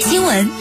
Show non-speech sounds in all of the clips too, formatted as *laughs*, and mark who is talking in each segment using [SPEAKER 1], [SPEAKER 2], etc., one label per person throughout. [SPEAKER 1] 新闻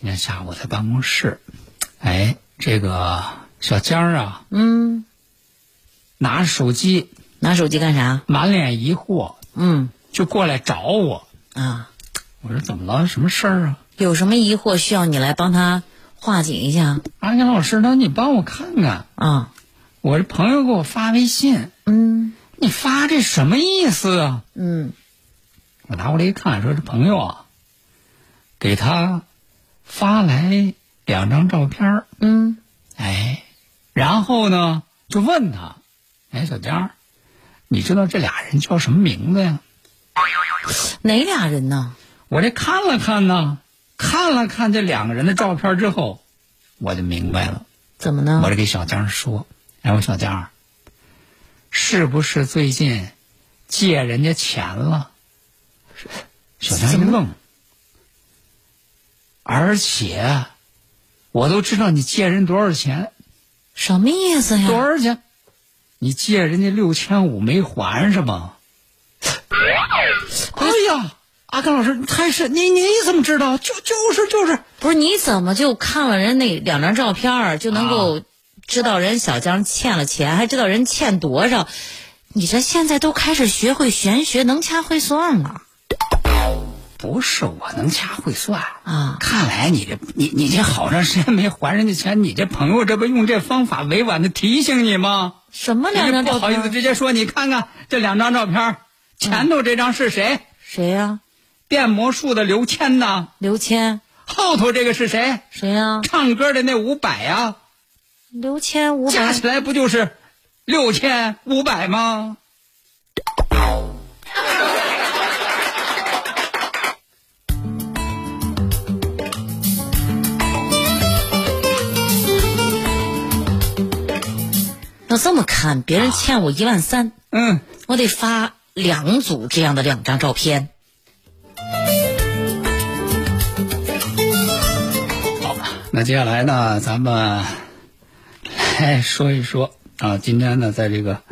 [SPEAKER 2] 今天下午在办公室，哎，这个小江儿啊，
[SPEAKER 1] 嗯，
[SPEAKER 2] 拿着手机
[SPEAKER 1] 拿手机干啥？
[SPEAKER 2] 满脸疑惑，
[SPEAKER 1] 嗯
[SPEAKER 2] 就过来找我。
[SPEAKER 1] 啊，
[SPEAKER 2] 我说怎么了？什么事儿啊？
[SPEAKER 1] 有什么疑惑需要你来帮他化解一下
[SPEAKER 2] 阿强老师，那你帮我看看，
[SPEAKER 1] 啊？
[SPEAKER 2] 我这朋友给我发微信，
[SPEAKER 1] 嗯
[SPEAKER 2] 你发这什么意思啊？
[SPEAKER 1] 嗯，
[SPEAKER 2] 我拿过来一看，说这朋友啊，给他发来两张照片儿
[SPEAKER 1] 嗯
[SPEAKER 2] 哎，然后呢就问他，哎，小江儿，你知道这俩人叫什么名字呀？
[SPEAKER 1] 哪俩人呢？
[SPEAKER 2] 我这看了看呢，看了看这两个人的照片之后，我就明白了。
[SPEAKER 1] 怎么呢
[SPEAKER 2] 我？就给小江说：“哎，我小江儿，是不是最近借人家钱了？”小江一愣，而且我都知道你借人多少钱，
[SPEAKER 1] 什么意思
[SPEAKER 2] 多
[SPEAKER 1] 呀？
[SPEAKER 2] 少钱？你借人家六千五没还是吗？哎呀，阿甘老师，你太是你你怎么知道？就就是就是，
[SPEAKER 1] 不是你怎么就看了人那两张照片儿就能够知道人小江欠了钱，还知道人欠多少？你这现在都开始学会玄学，能掐会算了
[SPEAKER 2] 不是我能掐会算。
[SPEAKER 1] 啊？
[SPEAKER 2] 看来你这你你这好长时间没还人家钱，你这朋友这不用这方法委婉的提醒你吗？
[SPEAKER 1] 什么两张
[SPEAKER 2] 人家
[SPEAKER 1] 照
[SPEAKER 2] 哎不好意
[SPEAKER 1] 片
[SPEAKER 2] 思
[SPEAKER 1] 儿？
[SPEAKER 2] 直接说，你看看这两张照片，前头这张是谁？
[SPEAKER 1] 谁呀、
[SPEAKER 2] 变魔术的刘谦呐，
[SPEAKER 1] 刘谦？
[SPEAKER 2] 后头这个是谁？
[SPEAKER 1] 谁呀、
[SPEAKER 2] 唱歌的那五百呀，
[SPEAKER 1] 刘谦五
[SPEAKER 2] 加
[SPEAKER 1] 百
[SPEAKER 2] 起来不就是六千五百吗？
[SPEAKER 1] 要这么看，别人欠我一万三，
[SPEAKER 2] 嗯，
[SPEAKER 1] 我得发两组这样的两张照片。
[SPEAKER 2] 那接下来呢，咱们来说一说啊，今天呢，在这个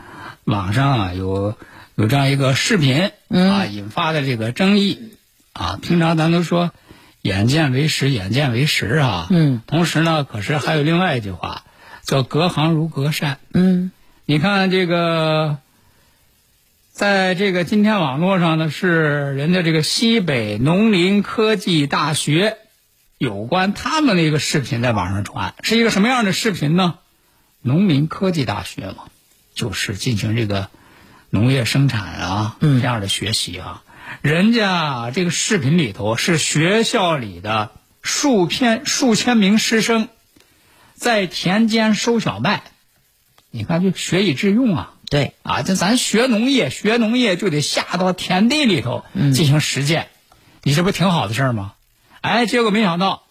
[SPEAKER 2] 网上啊，有有这样一个视频啊引发的这个争议啊。平常咱都说“眼见为实，眼见为实”啊，
[SPEAKER 1] 嗯，
[SPEAKER 2] 同时呢，可是还有另外一句话叫“隔行如隔山”。
[SPEAKER 1] 嗯
[SPEAKER 2] 你看这个，在这个今天网络上呢，是人家这个西北农林科技大学有关他们的一个视频在网上传，是一个什么样的视频呢？农林科技大学嘛，就是进行这个农业生产啊这
[SPEAKER 1] 嗯
[SPEAKER 2] 样的学习啊。人家这个视频里头是学校里的数千数千名师生在田间收小麦，你看就学以致用啊。
[SPEAKER 1] 对，
[SPEAKER 2] 啊，这咱学农业，学农业就得下到田地里头进行实践，你这不挺好的事儿吗？哎，结果没想到，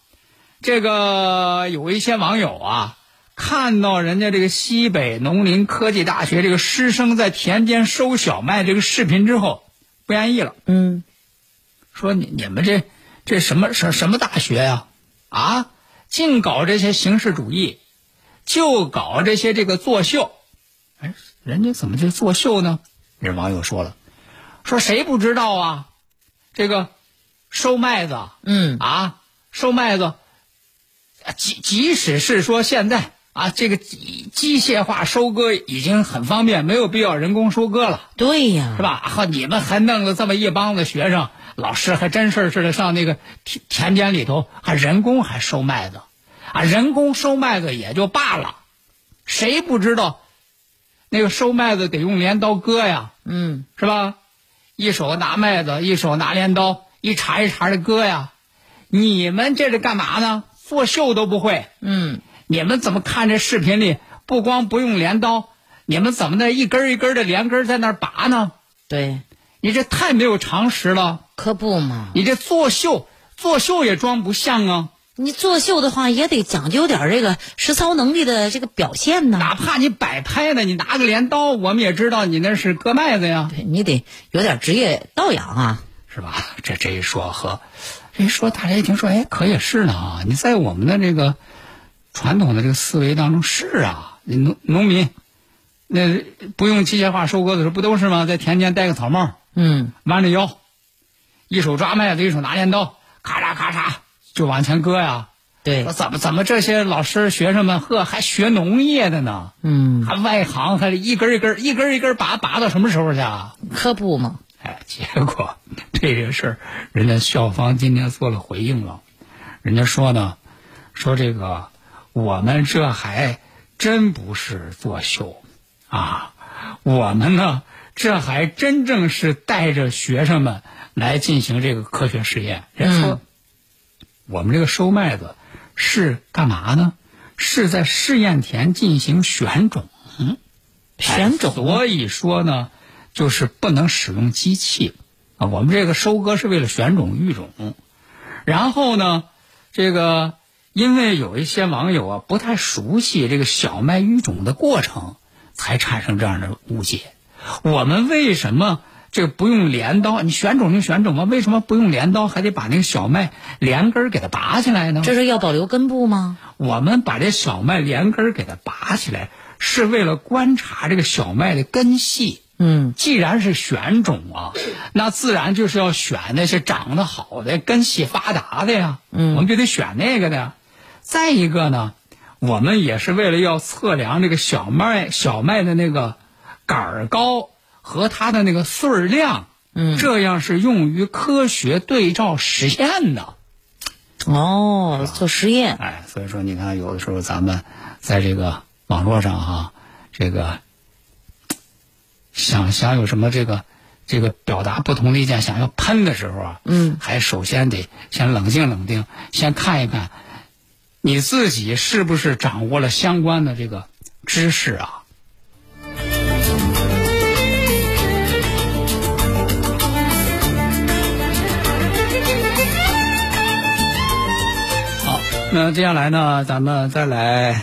[SPEAKER 2] 这个有一些网友啊，看到人家这个西北农林科技大学这个师生在田间收小麦这个视频之后，不愿意了，
[SPEAKER 1] 嗯，
[SPEAKER 2] 说你你们这这什么什什么大学呀、啊？净搞这些形式主义，就搞这些这个作秀。哎，人家怎么就作秀呢？人网友说了，说谁不知道啊？这个收麦子，
[SPEAKER 1] 嗯
[SPEAKER 2] 啊，收麦子，啊即即使是说现在啊，这个机机械化收割已经很方便，没有必要人工收割了，
[SPEAKER 1] 对呀
[SPEAKER 2] 是，吧？哈，你们还弄了这么一帮子学生，老师还真是似的上那个田田间里头，还人工还收麦子，啊，人工收麦子也就罢了，谁不知道那个收麦子得用镰刀割呀？
[SPEAKER 1] 嗯，
[SPEAKER 2] 是吧？一手拿麦子，一手拿镰刀，一茬一茬的割呀。你们这是干嘛呢？作秀都不会。
[SPEAKER 1] 嗯，
[SPEAKER 2] 你们怎么看这视频里不光不用镰刀，你们怎么的一根儿一根儿的连根儿在那儿拔呢？
[SPEAKER 1] 对，
[SPEAKER 2] 你这太没有常识了！
[SPEAKER 1] 可不嘛，
[SPEAKER 2] 你这作秀，作秀也装不像啊！
[SPEAKER 1] 你作秀的话也得讲究点儿这个实操能力的这个表现呐。
[SPEAKER 2] 哪怕你摆拍呢，你拿个镰刀，我们也知道你那是割麦子呀，
[SPEAKER 1] 对你得有点职业道养啊。
[SPEAKER 2] 是吧？这这一说和，这一说，大家一听说，哎，可也是呢啊！你在我们的这个传统的这个思维当中，是啊，你农农民那不用机械化收割的时候，不都是吗？在田间戴个草帽，
[SPEAKER 1] 嗯，
[SPEAKER 2] 弯着腰，一手抓麦子，一手拿镰刀，咔嚓咔嚓就往前割呀。
[SPEAKER 1] 对
[SPEAKER 2] 说，怎么怎么这些老师学生们呵还学农业的呢？
[SPEAKER 1] 嗯，
[SPEAKER 2] 还外行，还一根一根一根一根拔拔到什么时候去啊？
[SPEAKER 1] 可不嘛，
[SPEAKER 2] 哎，结果对这事儿，人家校方今天做了回应了，人家说呢，说这个我们这还真不是作秀啊，我们呢这还真正是带着学生们来进行这个科学实验。人说，我们这个收麦子是干嘛呢？是在试验田进行选种。
[SPEAKER 1] 选
[SPEAKER 2] 哎
[SPEAKER 1] 种，
[SPEAKER 2] 所以说呢，就是不能使用机器啊。我们这个收割是为了选种育种，然后呢，这个因为有一些网友啊不太熟悉这个小麦育种的过程，才产生这样的误解。我们为什么这个不用镰刀？你选种就选种吧，为什么不用镰刀还得把那个小麦连根儿给它拔起来呢？
[SPEAKER 1] 这是要保留根部吗？
[SPEAKER 2] 我们把这小麦连根儿给它拔起来，是为了观察这个小麦的根系。
[SPEAKER 1] 嗯，
[SPEAKER 2] 既然是选种啊，那自然就是要选那些长得好的、根系发达的呀。嗯，我们就得选那个的呀。再一个呢，我们也是为了要测量这个小麦小麦的那个杆儿高和它的那个穗儿量。嗯，这样是用于科学对照实验的。
[SPEAKER 1] 哦，做实验，
[SPEAKER 2] 哎，所以说你看，有的时候咱们在这个网络上哈、这个想想有什么这个这个表达不同的意见，想要喷的时候啊，
[SPEAKER 1] 嗯，
[SPEAKER 2] 还首先得先冷静冷静，先看一看你自己是不是掌握了相关的这个知识啊。好，那接下来呢，咱们再来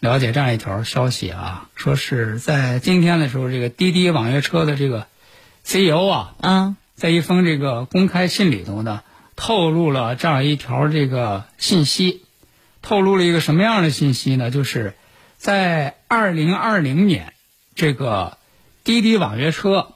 [SPEAKER 2] 了解这样一条消息啊，说是在今天的时候，这个滴滴网约车的这个 CEO 啊，
[SPEAKER 1] 啊，
[SPEAKER 2] 在一封这个公开信里头呢，透露了这样一条这个信息，透露了一个什么样的信息呢？就是在二零二零年，这个滴滴网约车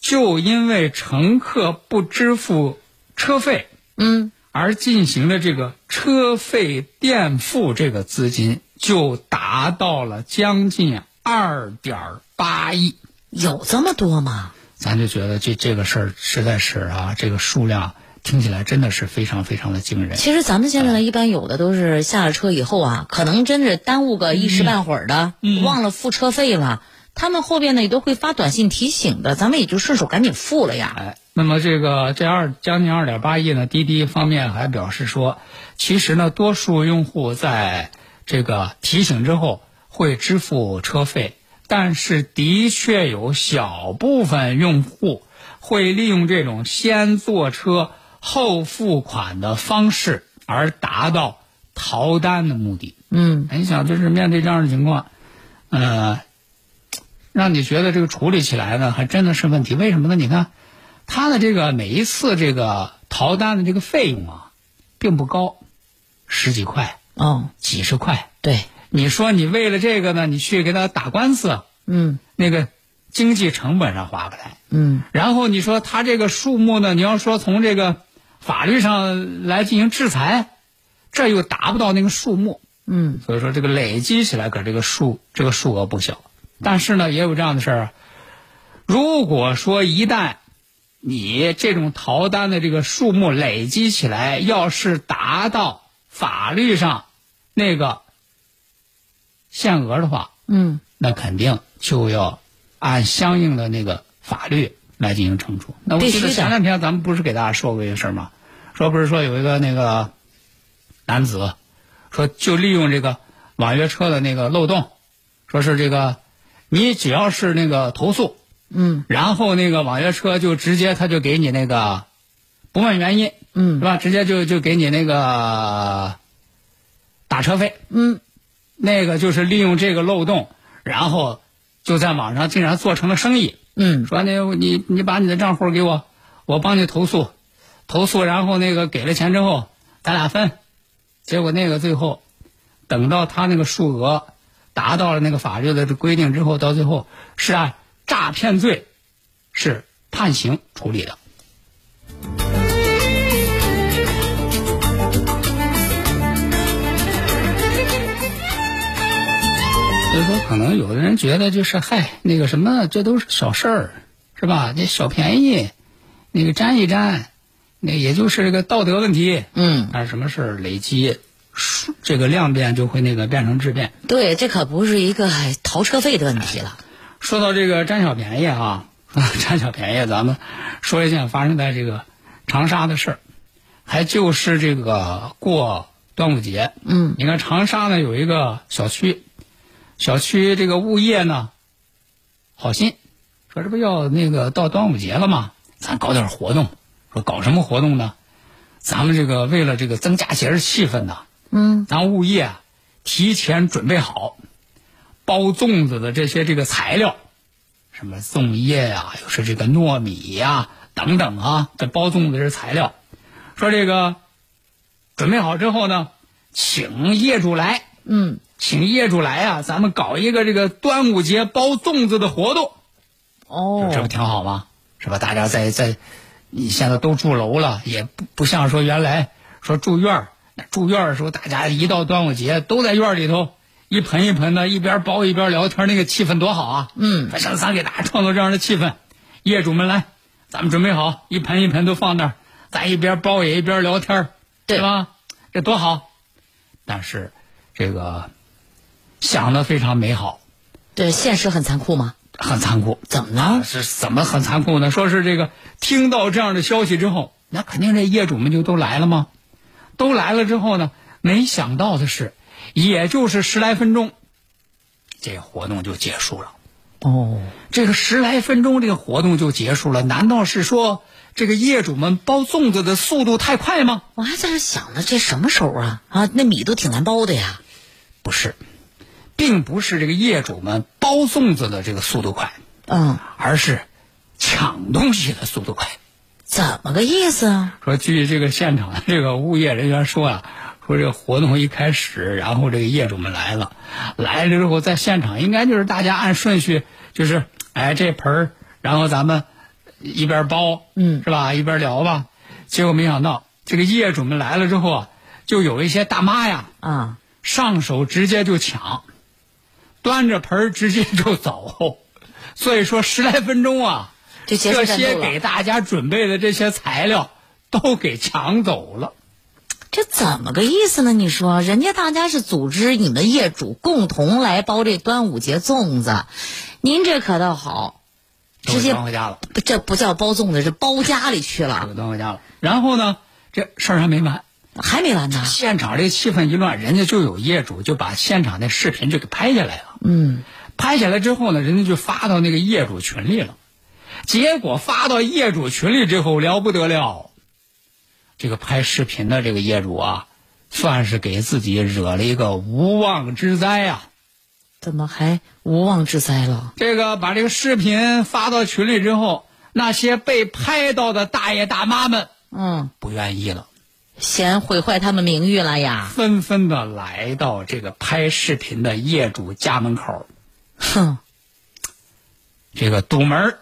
[SPEAKER 2] 就因为乘客不支付车费
[SPEAKER 1] 嗯，
[SPEAKER 2] 而进行的这个车费垫付这个资金，就达到了将近二点八亿。
[SPEAKER 1] 有这么多吗？
[SPEAKER 2] 咱就觉得这这个事儿实在是啊，这个数量听起来真的是非常非常的惊人。
[SPEAKER 1] 其实咱们现在呢，一般有的都是下了车以后啊，可能真是耽误个一时半会儿的，忘了付车费了。他们后边呢也都会发短信提醒的，咱们也就顺手赶紧付了呀。
[SPEAKER 2] 哎，那么这个这二将近二点八亿呢，滴滴方面还表示说，其实呢，多数用户在这个提醒之后会支付车费，但是的确有小部分用户会利用这种先坐车后付款的方式，而达到逃单的目的。
[SPEAKER 1] 嗯，
[SPEAKER 2] 你哎想，就是面对这样的情况，呃，让你觉得这个处理起来呢，还真的是问题。为什么呢？你看，他的这个每一次这个逃单的这个费用啊，并不高，十几块、
[SPEAKER 1] 哦，
[SPEAKER 2] 几十块。
[SPEAKER 1] 对，
[SPEAKER 2] 你说你为了这个呢，你去给他打官司，
[SPEAKER 1] 嗯
[SPEAKER 2] 那个经济成本上划不来。
[SPEAKER 1] 嗯，
[SPEAKER 2] 然后你说他这个数目呢，你要说从这个法律上来进行制裁，这又达不到那个数目。
[SPEAKER 1] 嗯，
[SPEAKER 2] 所以说这个累积起来，可这个数这个数额不小。但是呢，也有这样的事儿啊。如果说一旦你这种逃单的这个数目累积起来，要是达到法律上那个限额的话，
[SPEAKER 1] 嗯，
[SPEAKER 2] 那肯定就要按相应的那个法律来进行惩处。那我
[SPEAKER 1] 必须
[SPEAKER 2] 记得
[SPEAKER 1] 的
[SPEAKER 2] 前两天咱们不是给大家说过一个事儿吗？说不是说有一个那个男子，说就利用这个网约车的那个漏洞，说是这个你只要是那个投诉，
[SPEAKER 1] 嗯，
[SPEAKER 2] 然后那个网约车就直接他就给你那个不问原因，
[SPEAKER 1] 嗯
[SPEAKER 2] 是吧？直接就就给你那个打车费，
[SPEAKER 1] 嗯，
[SPEAKER 2] 那个就是利用这个漏洞，然后就在网上竟然做成了生意，
[SPEAKER 1] 嗯，
[SPEAKER 2] 说那你你把你的账户给我，我帮你投诉，投诉，然后那个给了钱之后咱俩分，结果那个最后等到他那个数额达到了那个法律的规定之后，到最后是按诈骗罪是判刑处理的。所以说，可能有的人觉得就是嗨，哎那个什么，这都是小事儿，是吧？这小便宜，那个沾一沾，那也就是这个道德问题。
[SPEAKER 1] 嗯，
[SPEAKER 2] 但是什么事儿累积，数这个量变就会那个变成质变。
[SPEAKER 1] 对，这可不是一个哎逃车费的问题了。
[SPEAKER 2] 说到这个占小便宜啊， *laughs* 占小便宜，咱们说一件发生在这个长沙的事儿，还就是这个过端午节。
[SPEAKER 1] 嗯，
[SPEAKER 2] 你看长沙呢有一个小区，小区这个物业呢好心说这不要那个到端午节了吗？咱搞点活动。说搞什么活动呢？咱们这个为了这个增加节日气氛呢，
[SPEAKER 1] 嗯，
[SPEAKER 2] 咱物业啊提前准备好包粽子的这些这个材料，什么粽叶呀、又是这个糯米呀、等等啊，这包粽子这材料，说这个准备好之后呢，请业主来，
[SPEAKER 1] 嗯，
[SPEAKER 2] 请业主来啊，咱们搞一个这个端午节包粽子的活动，这不
[SPEAKER 1] 哦，
[SPEAKER 2] 挺好吗？是吧？大家在在，你现在都住楼了，也不不像说原来说住院儿，那住院儿的时候，大家一到端午节都在院儿里头一盆一盆的，一边包一边聊天，那个气氛多好啊！
[SPEAKER 1] 嗯，
[SPEAKER 2] 咱咱给大家创造这样的气氛，业主们来，咱们准备好一盆一盆都放那儿，咱一边包也一边聊天儿，
[SPEAKER 1] 对
[SPEAKER 2] 是吧？这多好！但是这个想的非常美好，
[SPEAKER 1] 对，现实很残酷吗？
[SPEAKER 2] 很残酷。
[SPEAKER 1] 怎么了？
[SPEAKER 2] 啊是怎么很残酷呢？说是这个听到这样的消息之后，那肯定这业主们就都来了吗？都来了之后呢，没想到的是，也就是十来分钟，这个活动就结束了。
[SPEAKER 1] 哦，
[SPEAKER 2] 这个十来分钟，这个活动就结束了。难道是说这个业主们包粽子的速度太快吗？
[SPEAKER 1] 我还在这想呢，这什么时候啊？啊，那米都挺难包的呀。
[SPEAKER 2] 不是，并不是这个业主们包粽子的这个速度快，
[SPEAKER 1] 嗯，
[SPEAKER 2] 而是抢东西的速度快。
[SPEAKER 1] 怎么个意思啊？
[SPEAKER 2] 说据这个现场的这个物业人员说啊，说这个活动一开始，然后这个业主们来了，来了之后在现场应该就是大家按顺序，就是哎这盆儿，然后咱们一边包，
[SPEAKER 1] 嗯，
[SPEAKER 2] 是吧？一边聊吧。结果没想到这个业主们来了之后啊，就有一些大妈呀
[SPEAKER 1] 啊，
[SPEAKER 2] 上手直接就抢，端着盆儿直接就走， *laughs* 所以说十来分钟啊。
[SPEAKER 1] 就结束
[SPEAKER 2] 这
[SPEAKER 1] 战斗
[SPEAKER 2] 些
[SPEAKER 1] 了。
[SPEAKER 2] 给大家准备的这些材料都给抢走了。
[SPEAKER 1] 这怎么个意思呢？你说，人家大家是组织你们业主共同来包这端午节粽子，您这可倒好，
[SPEAKER 2] 都给
[SPEAKER 1] 直接
[SPEAKER 2] 端回家了，
[SPEAKER 1] 不这不叫包粽子，这包家里去
[SPEAKER 2] 都
[SPEAKER 1] 了，
[SPEAKER 2] 给端回家了。然后呢，这事儿还没完，
[SPEAKER 1] 还没完呢。
[SPEAKER 2] 现场这气氛一乱，人家就有业主就把现场那视频就给拍下来了。
[SPEAKER 1] 嗯，
[SPEAKER 2] 拍下来之后呢，人家就发到那个业主群里了。结果发到业主群里之后，了不得了，这个拍视频的这个业主啊，算是给自己惹了一个无妄之灾啊呀、
[SPEAKER 1] 怎么还无妄之灾了？
[SPEAKER 2] 这个把这个视频发到群里之后，那些被拍到的大爷大妈们
[SPEAKER 1] 嗯，
[SPEAKER 2] 不愿意了，
[SPEAKER 1] 嫌毁坏他们名誉了呀？
[SPEAKER 2] 纷纷的来到这个拍视频的业主家门口，
[SPEAKER 1] 哼，
[SPEAKER 2] 这个堵门儿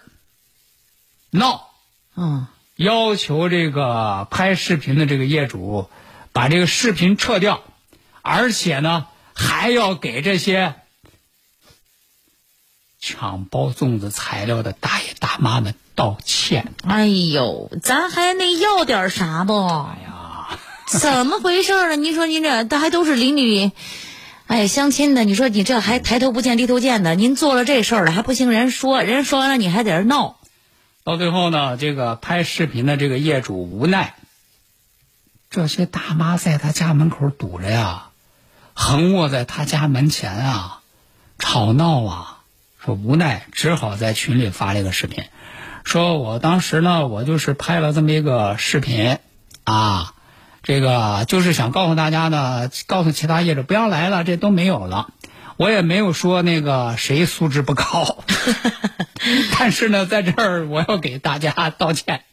[SPEAKER 2] 闹，
[SPEAKER 1] 嗯，
[SPEAKER 2] 要求这个拍视频的这个业主把这个视频撤掉，而且呢，还要给这些抢包粽子材料的大爷大妈们道歉。
[SPEAKER 1] 哎呦，咱还那要点啥不？
[SPEAKER 2] 哎呀， *laughs*
[SPEAKER 1] 怎么回事儿呢？你说您这，这还都是邻里，哎，相亲的，你说你这还抬头不见低头见的，您做了这事儿了还不行，人说，人说完了你还在这儿闹，
[SPEAKER 2] 到最后呢，这个拍视频的这个业主无奈，这些大妈在他家门口堵着呀，横卧在他家门前啊，吵闹啊，说无奈只好在群里发了一个视频，说我当时呢，我就是拍了这么一个视频，啊，这个就是想告诉大家呢，告诉其他业主不要来了，这都没有了。我也没有说那个谁素质不高， *laughs* 但是呢，在这儿我要给大家道歉。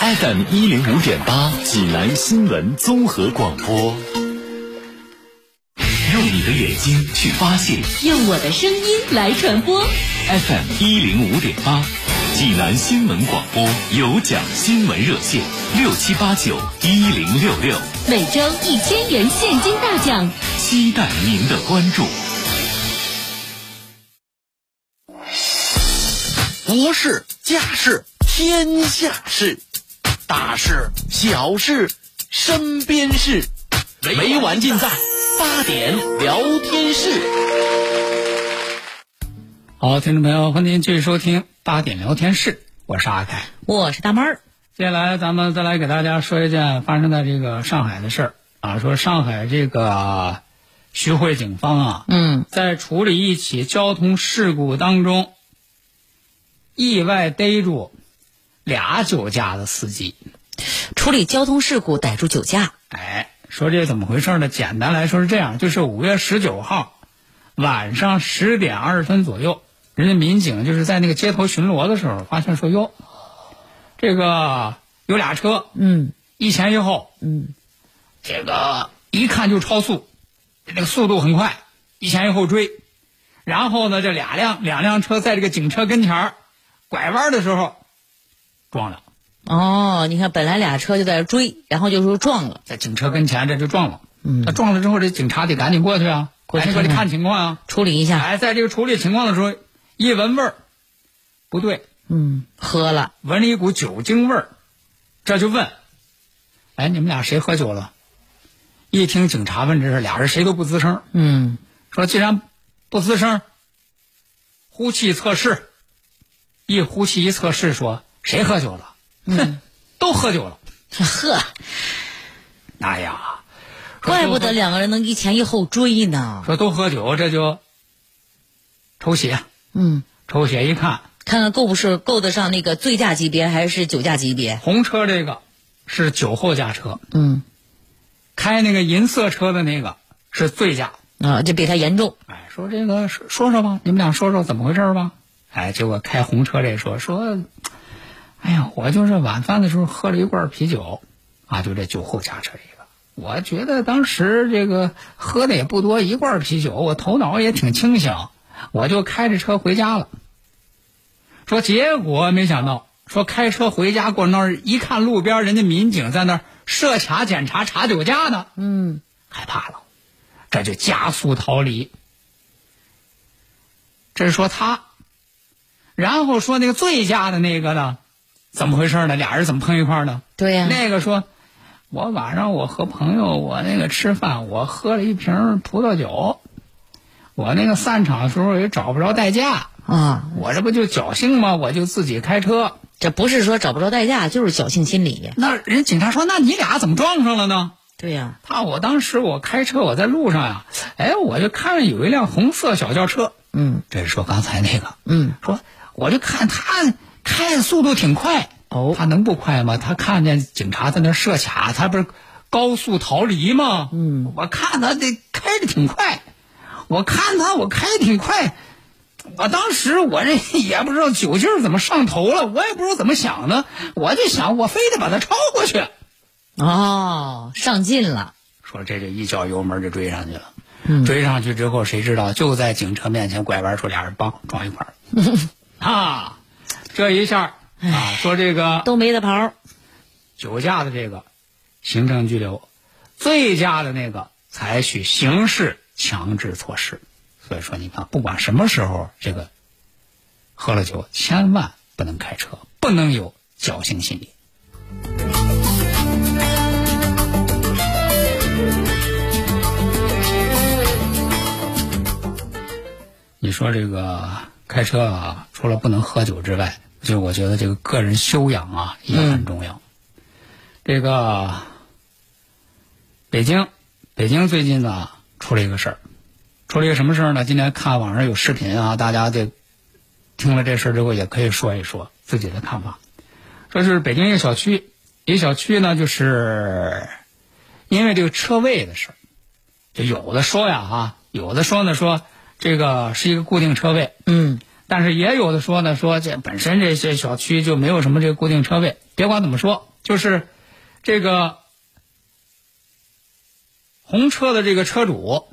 [SPEAKER 3] FM 一零五点八，济南新闻综合广播。用你的眼睛去发现
[SPEAKER 4] 用我的声音来传播。
[SPEAKER 3] FM 一零五点八，济南新闻广播有奖新闻热线六七八九一零六六，
[SPEAKER 4] 每周一千元现金大奖，
[SPEAKER 3] 期待您的关注。
[SPEAKER 5] 国事、家事、天下事，大事、小事、身边事，每晚尽在八点聊天室。
[SPEAKER 2] 好，听众朋友，欢迎您继续收听八点聊天室，我是阿凯。
[SPEAKER 1] 我是大妹儿，
[SPEAKER 2] 接下来咱们再来给大家说一件发生在这个上海的事儿啊，说上海这个徐汇警方啊，
[SPEAKER 1] 嗯，
[SPEAKER 2] 在处理一起交通事故当中，意外逮住俩酒驾的司机。
[SPEAKER 1] 处理交通事故逮住酒驾，
[SPEAKER 2] 哎，说这怎么回事呢？简单来说是这样，就是五月十九号晚上十点二十分左右，人家民警就是在那个街头巡逻的时候，发现说哟，这个有俩车
[SPEAKER 1] 嗯
[SPEAKER 2] 一前一后，
[SPEAKER 1] 嗯，
[SPEAKER 2] 这个一看就超速，那个速度很快，一前一后追，然后呢，这俩辆两辆车在这个警车跟前儿拐弯的时候撞了。
[SPEAKER 1] 哦，你看本来俩车就在这追，然后就说撞了，
[SPEAKER 2] 在警车跟前，这就撞了。
[SPEAKER 1] 嗯哎
[SPEAKER 2] 那撞了之后，这警察得赶紧过去啊，
[SPEAKER 1] 过
[SPEAKER 2] 赶
[SPEAKER 1] 去
[SPEAKER 2] 紧过去
[SPEAKER 1] 看看
[SPEAKER 2] 看情况啊。
[SPEAKER 1] 处理一下，
[SPEAKER 2] 哎，在这个处理情况的时候，一闻味儿，不对，
[SPEAKER 1] 嗯，喝了，
[SPEAKER 2] 闻了一股酒精味儿，这就问，哎，你们俩谁喝酒了？一听警察问这事，俩人谁都不吱声，
[SPEAKER 4] *laughs*
[SPEAKER 1] 嗯，
[SPEAKER 2] 说既然不吱声，呼气测试，一呼气一测试说谁喝酒了？
[SPEAKER 1] 嗯
[SPEAKER 2] 哼， *laughs* 都喝酒了。
[SPEAKER 1] 呵，
[SPEAKER 2] 哎呀，说
[SPEAKER 1] 怪
[SPEAKER 2] 都
[SPEAKER 1] 不得
[SPEAKER 2] 喝
[SPEAKER 1] 两个人能一前一后追呢，
[SPEAKER 2] 说都喝酒，这就抽血，
[SPEAKER 1] 嗯，
[SPEAKER 2] 抽血一看，
[SPEAKER 1] 看看够不是够得上那个醉驾级别还是酒驾级别，
[SPEAKER 2] 红车这个是酒后驾车，
[SPEAKER 1] 嗯，
[SPEAKER 2] 开那个银色车的那个是醉驾。
[SPEAKER 1] 啊，这比他严重，
[SPEAKER 2] 哎，说这个说说说吧，你们俩说说怎么回事吧。哎，结果开红车这说说，哎呀，我就是晚饭的时候喝了一罐啤酒，啊，就这酒后驾车这个。我觉得当时这个喝的也不多，一罐啤酒，我头脑也挺清醒，我就开着车回家了。说结果没想到，说开车回家过程当中，一看路边人家民警在那儿设卡检查查酒驾呢，
[SPEAKER 1] 嗯，
[SPEAKER 2] 害怕了，这就加速逃离。这是说他，然后说那个醉驾的那个呢，怎么回事呢？俩人怎么碰一块儿呢？
[SPEAKER 1] 对呀、
[SPEAKER 2] 那个说，我晚上我和朋友我那个吃饭，我喝了一瓶葡萄酒，我那个散场的时候也找不着代驾，
[SPEAKER 1] 啊，
[SPEAKER 2] 我这不就侥幸吗？我就自己开车。
[SPEAKER 1] 这不是说找不着代驾，就是侥幸心理，
[SPEAKER 2] 那人警察说，那你俩怎么撞上了呢？
[SPEAKER 1] 对呀、
[SPEAKER 2] 他我当时我开车我在路上呀、哎，我就看着有一辆红色小轿车，
[SPEAKER 1] 嗯
[SPEAKER 2] 这是说刚才那个，
[SPEAKER 1] 嗯，
[SPEAKER 2] 说我就看他开的速度挺快，
[SPEAKER 1] 哦
[SPEAKER 2] 他能不快吗？他看见警察在那设卡，他不是高速逃离吗？嗯，我看他这开的挺快，我看他我开的挺快，我当时我这 *laughs* 也不知道酒劲儿怎么上头了，我也不知道怎么想的，我就想我非得把他超过去。
[SPEAKER 1] 哦，上进了，
[SPEAKER 2] 说这就一脚油门就追上去了。追上去之后，谁知道就在警车面前拐弯处，俩人梆撞一块儿了，啊，这一下啊，说这个
[SPEAKER 1] 都没得跑。
[SPEAKER 2] 酒驾的这个行政拘留，醉驾的那个采取刑事强制措施。所以说，你看，不管什么时候，这个喝了酒，千万不能开车，不能有侥幸心理。你说这个开车啊，除了不能喝酒之外，就我觉得这个个人修养啊也很重要。这个北京，北京最近呢出了一个事儿，出了一个什么事儿呢？今天看网上有视频啊，大家这听了这事儿之后也可以说一说自己的看法。说是北京一个小区，一个小区呢，就是因为这个车位的事儿，就有的说呀啊，有的说呢说这个是一个固定车位，
[SPEAKER 1] 嗯，
[SPEAKER 2] 但是也有的说呢，说这本身这些小区就没有什么这个固定车位。别管怎么说，就是这个红车的这个车主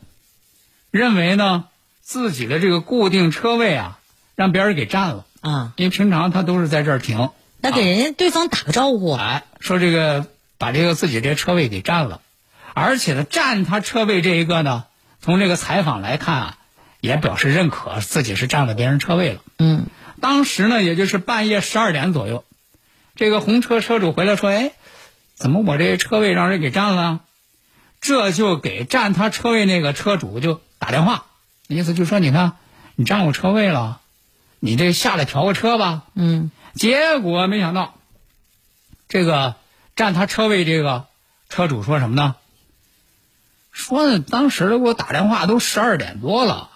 [SPEAKER 2] 认为呢，自己的这个固定车位啊，让别人给占了，
[SPEAKER 1] 啊，
[SPEAKER 2] 因为平常他都是在这儿停。
[SPEAKER 1] 那给人家对方打个招呼。
[SPEAKER 2] 哎，说这个把这个自己这车位给占了，而且呢，占他车位这一个呢，从这个采访来看啊，也表示认可自己是占了别人车位了。
[SPEAKER 1] 嗯，
[SPEAKER 2] 当时呢，也就是半夜十二点左右，这个红车车主回来说：“哎，怎么我这车位让人给占了？”这就给占他车位那个车主就打电话，意思就说：“你看，你占我车位了，你这下来调个车吧。”
[SPEAKER 1] 嗯，
[SPEAKER 2] 结果没想到，这个占他车位这个车主说什么呢？说当时给我打电话都十二点多了，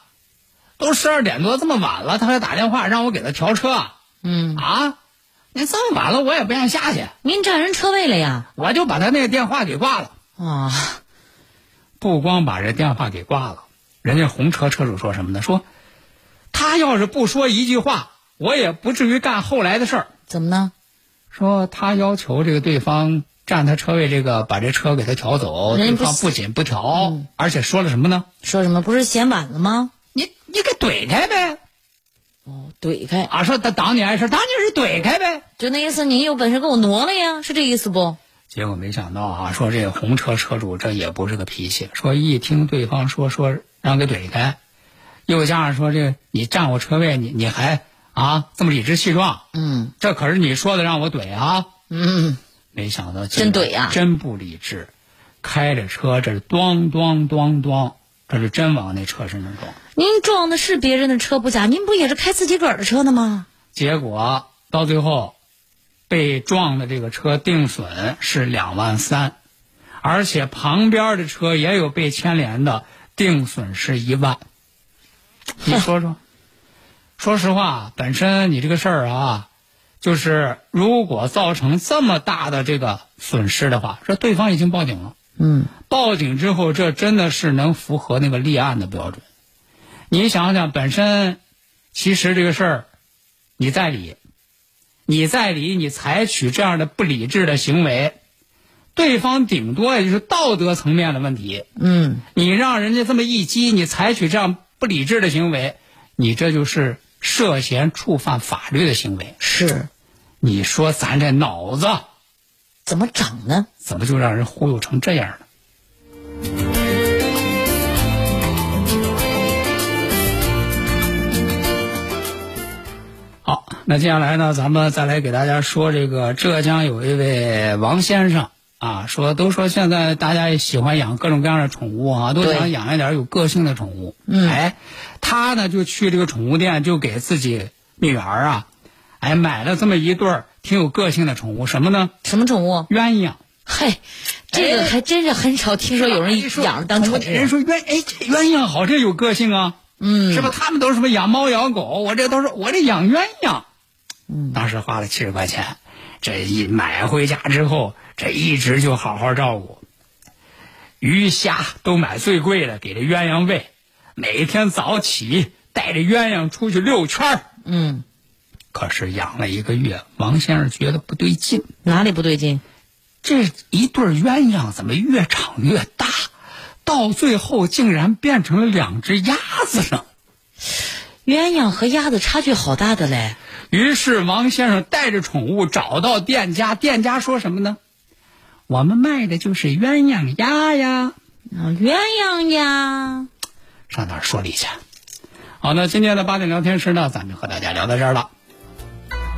[SPEAKER 2] 都十二点多这么晚了，他还打电话让我给他调车啊？
[SPEAKER 1] 嗯，
[SPEAKER 2] 啊，你这么晚了我也不愿意下去，
[SPEAKER 1] 您占人车位了呀？
[SPEAKER 2] 我就把他那个电话给挂了。
[SPEAKER 1] 啊，
[SPEAKER 2] 不光把这电话给挂了，人家红车车主说什么呢？说他要是不说一句话，我也不至于干后来的事儿。
[SPEAKER 1] 怎么呢？
[SPEAKER 2] 说他要求这个对方占他车位，这个把这车给他调走，
[SPEAKER 1] 人家
[SPEAKER 2] 对
[SPEAKER 1] 不
[SPEAKER 2] 方
[SPEAKER 1] 信
[SPEAKER 2] 不嗯仅不调，而且说了什么呢？
[SPEAKER 1] 说什么？不是嫌晚了吗？
[SPEAKER 2] 你你给怼开呗！
[SPEAKER 1] 怼开，
[SPEAKER 2] 啊，说他挡你碍事，当然是怼开呗。
[SPEAKER 1] 就那意思，你有本事给我挪了呀，是这意思不？
[SPEAKER 2] 结果没想到啊，说这红车车主这也不是个脾气，说一听对方说说让给怼开，又加上说这你占我车位，你你还啊这么理直气壮，
[SPEAKER 1] 嗯
[SPEAKER 2] 这可是你说的让我怼啊！
[SPEAKER 1] 嗯，
[SPEAKER 2] 没想到
[SPEAKER 1] 真怼啊
[SPEAKER 2] 真不理智，开着车这是咣咣咣咣，这是真往那车身上撞。
[SPEAKER 1] 您撞的是别人的车不假，您不也是开自己个儿的车呢吗？
[SPEAKER 2] 结果到最后，被撞的这个车定损是两万三，而且旁边的车也有被牵连的，定损是一万。你说说，说实话，本身你这个事儿啊，就是如果造成这么大的这个损失的话，说对方已经报警了。
[SPEAKER 1] 嗯，
[SPEAKER 2] 报警之后，这真的是能符合那个立案的标准。你想想，本身其实这个事儿，你在理，你在理，你采取这样的不理智的行为，对方顶多也就是道德层面的问题。
[SPEAKER 1] 嗯，
[SPEAKER 2] 你让人家这么一激，你采取这样不理智的行为，你这就是涉嫌触犯法律的行为。
[SPEAKER 1] 是，
[SPEAKER 2] 你说咱这脑子
[SPEAKER 1] 怎么长呢？
[SPEAKER 2] 怎么就让人忽悠成这样呢？好，那接下来呢，咱们再来给大家说这个浙江有一位王先生啊，说都说现在大家也喜欢养各种各样的宠物啊，都
[SPEAKER 1] 对
[SPEAKER 2] 想养一点有个性的宠物。
[SPEAKER 1] 嗯
[SPEAKER 2] 哎，他呢就去这个宠物店，就给自己女儿啊，哎买了这么一对儿挺有个性的宠物，什么呢？
[SPEAKER 1] 什么宠物？
[SPEAKER 2] 鸳鸯。
[SPEAKER 1] 嘿，这个还哎真是很少听说有人养着当宠
[SPEAKER 2] 人
[SPEAKER 1] 物。
[SPEAKER 2] 说鸳哎这鸳鸯好，这有个性啊，
[SPEAKER 1] 嗯，
[SPEAKER 2] 是吧？他们都是什么养猫养狗，我这都是我这养鸳鸯。嗯，当时花了七十块钱，这一买回家之后，这一直就好好照顾，鱼虾都买最贵的，给这鸳鸯喂，每天早起带着鸳鸯出去遛圈儿
[SPEAKER 1] 嗯，
[SPEAKER 2] 可是养了一个月，王先生觉得不对劲，
[SPEAKER 1] 哪里不对劲？
[SPEAKER 2] 这一对鸳鸯怎么越长越大，到最后竟然变成了两只鸭子呢。
[SPEAKER 1] 鸳鸯和鸭子差距好大的嘞。
[SPEAKER 2] 于是王先生带着宠物找到店家，店家说什么呢？我们卖的就是鸳鸯鸭呀。
[SPEAKER 1] 啊鸳鸯呀，
[SPEAKER 2] 上哪儿说理去？好，那今天的八点聊天室呢，咱们就和大家聊到这儿了。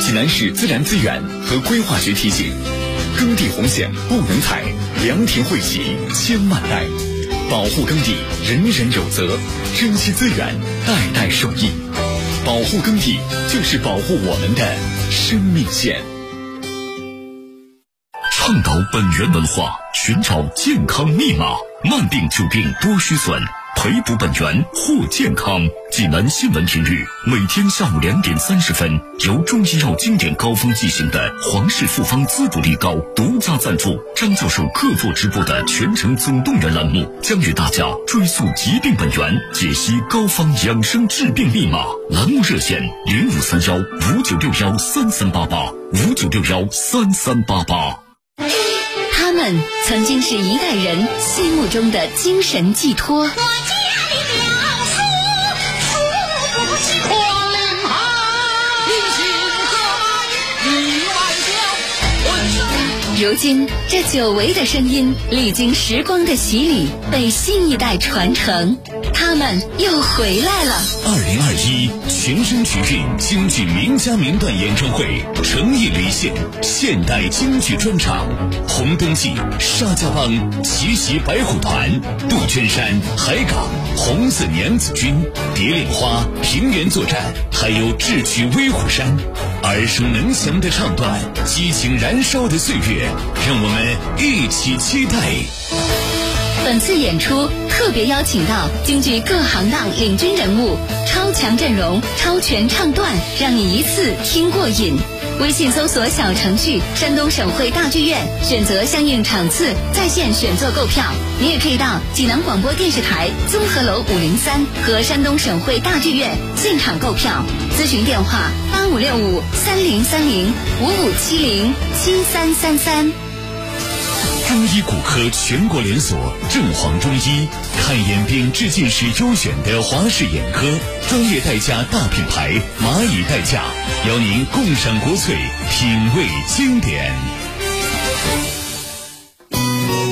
[SPEAKER 3] 济南市自然资源和规划局提醒：耕地红线不能踩，良田惠及千万代。保护耕地，人人有责；珍惜资源，代代受益。保护耕地，就是保护我们的生命线。倡导本源文化，寻找健康密码。慢病久病多虚损，培补本源获健康。济南新闻频率每天下午两点三十分，由中医药经典膏方进行的皇氏复方滋补力膏独家赞助，张教授客座直播的全程总动员栏目，将与大家追溯疾病本源，解析膏方养生治病密码。栏目热线零五三幺五九六幺三三八八五九六幺三三八八。
[SPEAKER 4] 他们曾经是一代人心目中的精神寄托。
[SPEAKER 5] 光临寒，一心歌，里外交，浑身。
[SPEAKER 4] 如今，这久违的声音历经时光的洗礼，被新一代传承，他们又回来了。
[SPEAKER 3] 二零二一全声曲韵京剧名家名段演唱会诚意离线现代京剧专场，红灯记、沙家浜、奇袭白虎团、杜鹃山、海港、红色娘子军、蝶恋花、平原作战，还有智取威虎山。耳熟能详的唱段，激情燃烧的岁月，让我们一起期待。
[SPEAKER 4] 本次演出特别邀请到京剧各行当领军人物，超强阵容，超全唱段，让你一次听过瘾。微信搜索小程序“山东省会大剧院”，选择相应场次，在线选座购票。你也可以到济南广播电视台综合楼五零三和山东省会大剧院现场购票。咨询电话：八五六五三零三零五五七零七三三三。
[SPEAKER 3] 中医骨科全国连锁正黄中医，看眼病治近视优选的华氏眼科，专业代驾大品牌蚂蚁代驾，邀您共赏国粹，品味经典。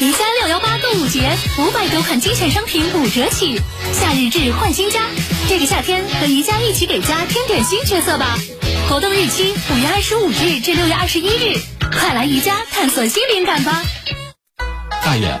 [SPEAKER 4] 宜家六幺八购物节，五百多款精选商品五折起，夏日至换新家。这个夏天和宜家一起给家添点新角色吧。活动日期五月二十五日至六月二十一日，快来宜家探索新灵感吧！
[SPEAKER 3] 大爷，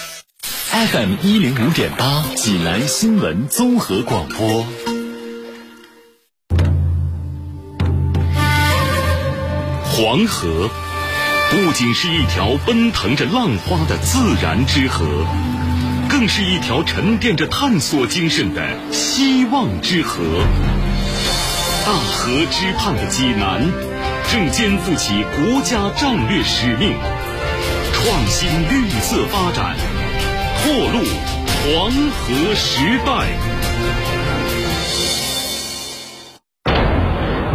[SPEAKER 3] FM 一零五点八，济南新闻综合广播。黄河不仅是一条奔腾着浪花的自然之河，更是一条沉淀着探索精神的希望之河。大河之畔的济南，正肩负起国家战略使命，创新绿色发展。拓路黄河时代。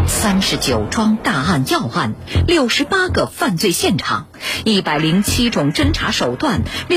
[SPEAKER 4] 三十九桩大案要案，六十八个犯罪现场，一百零七种侦查手段，六。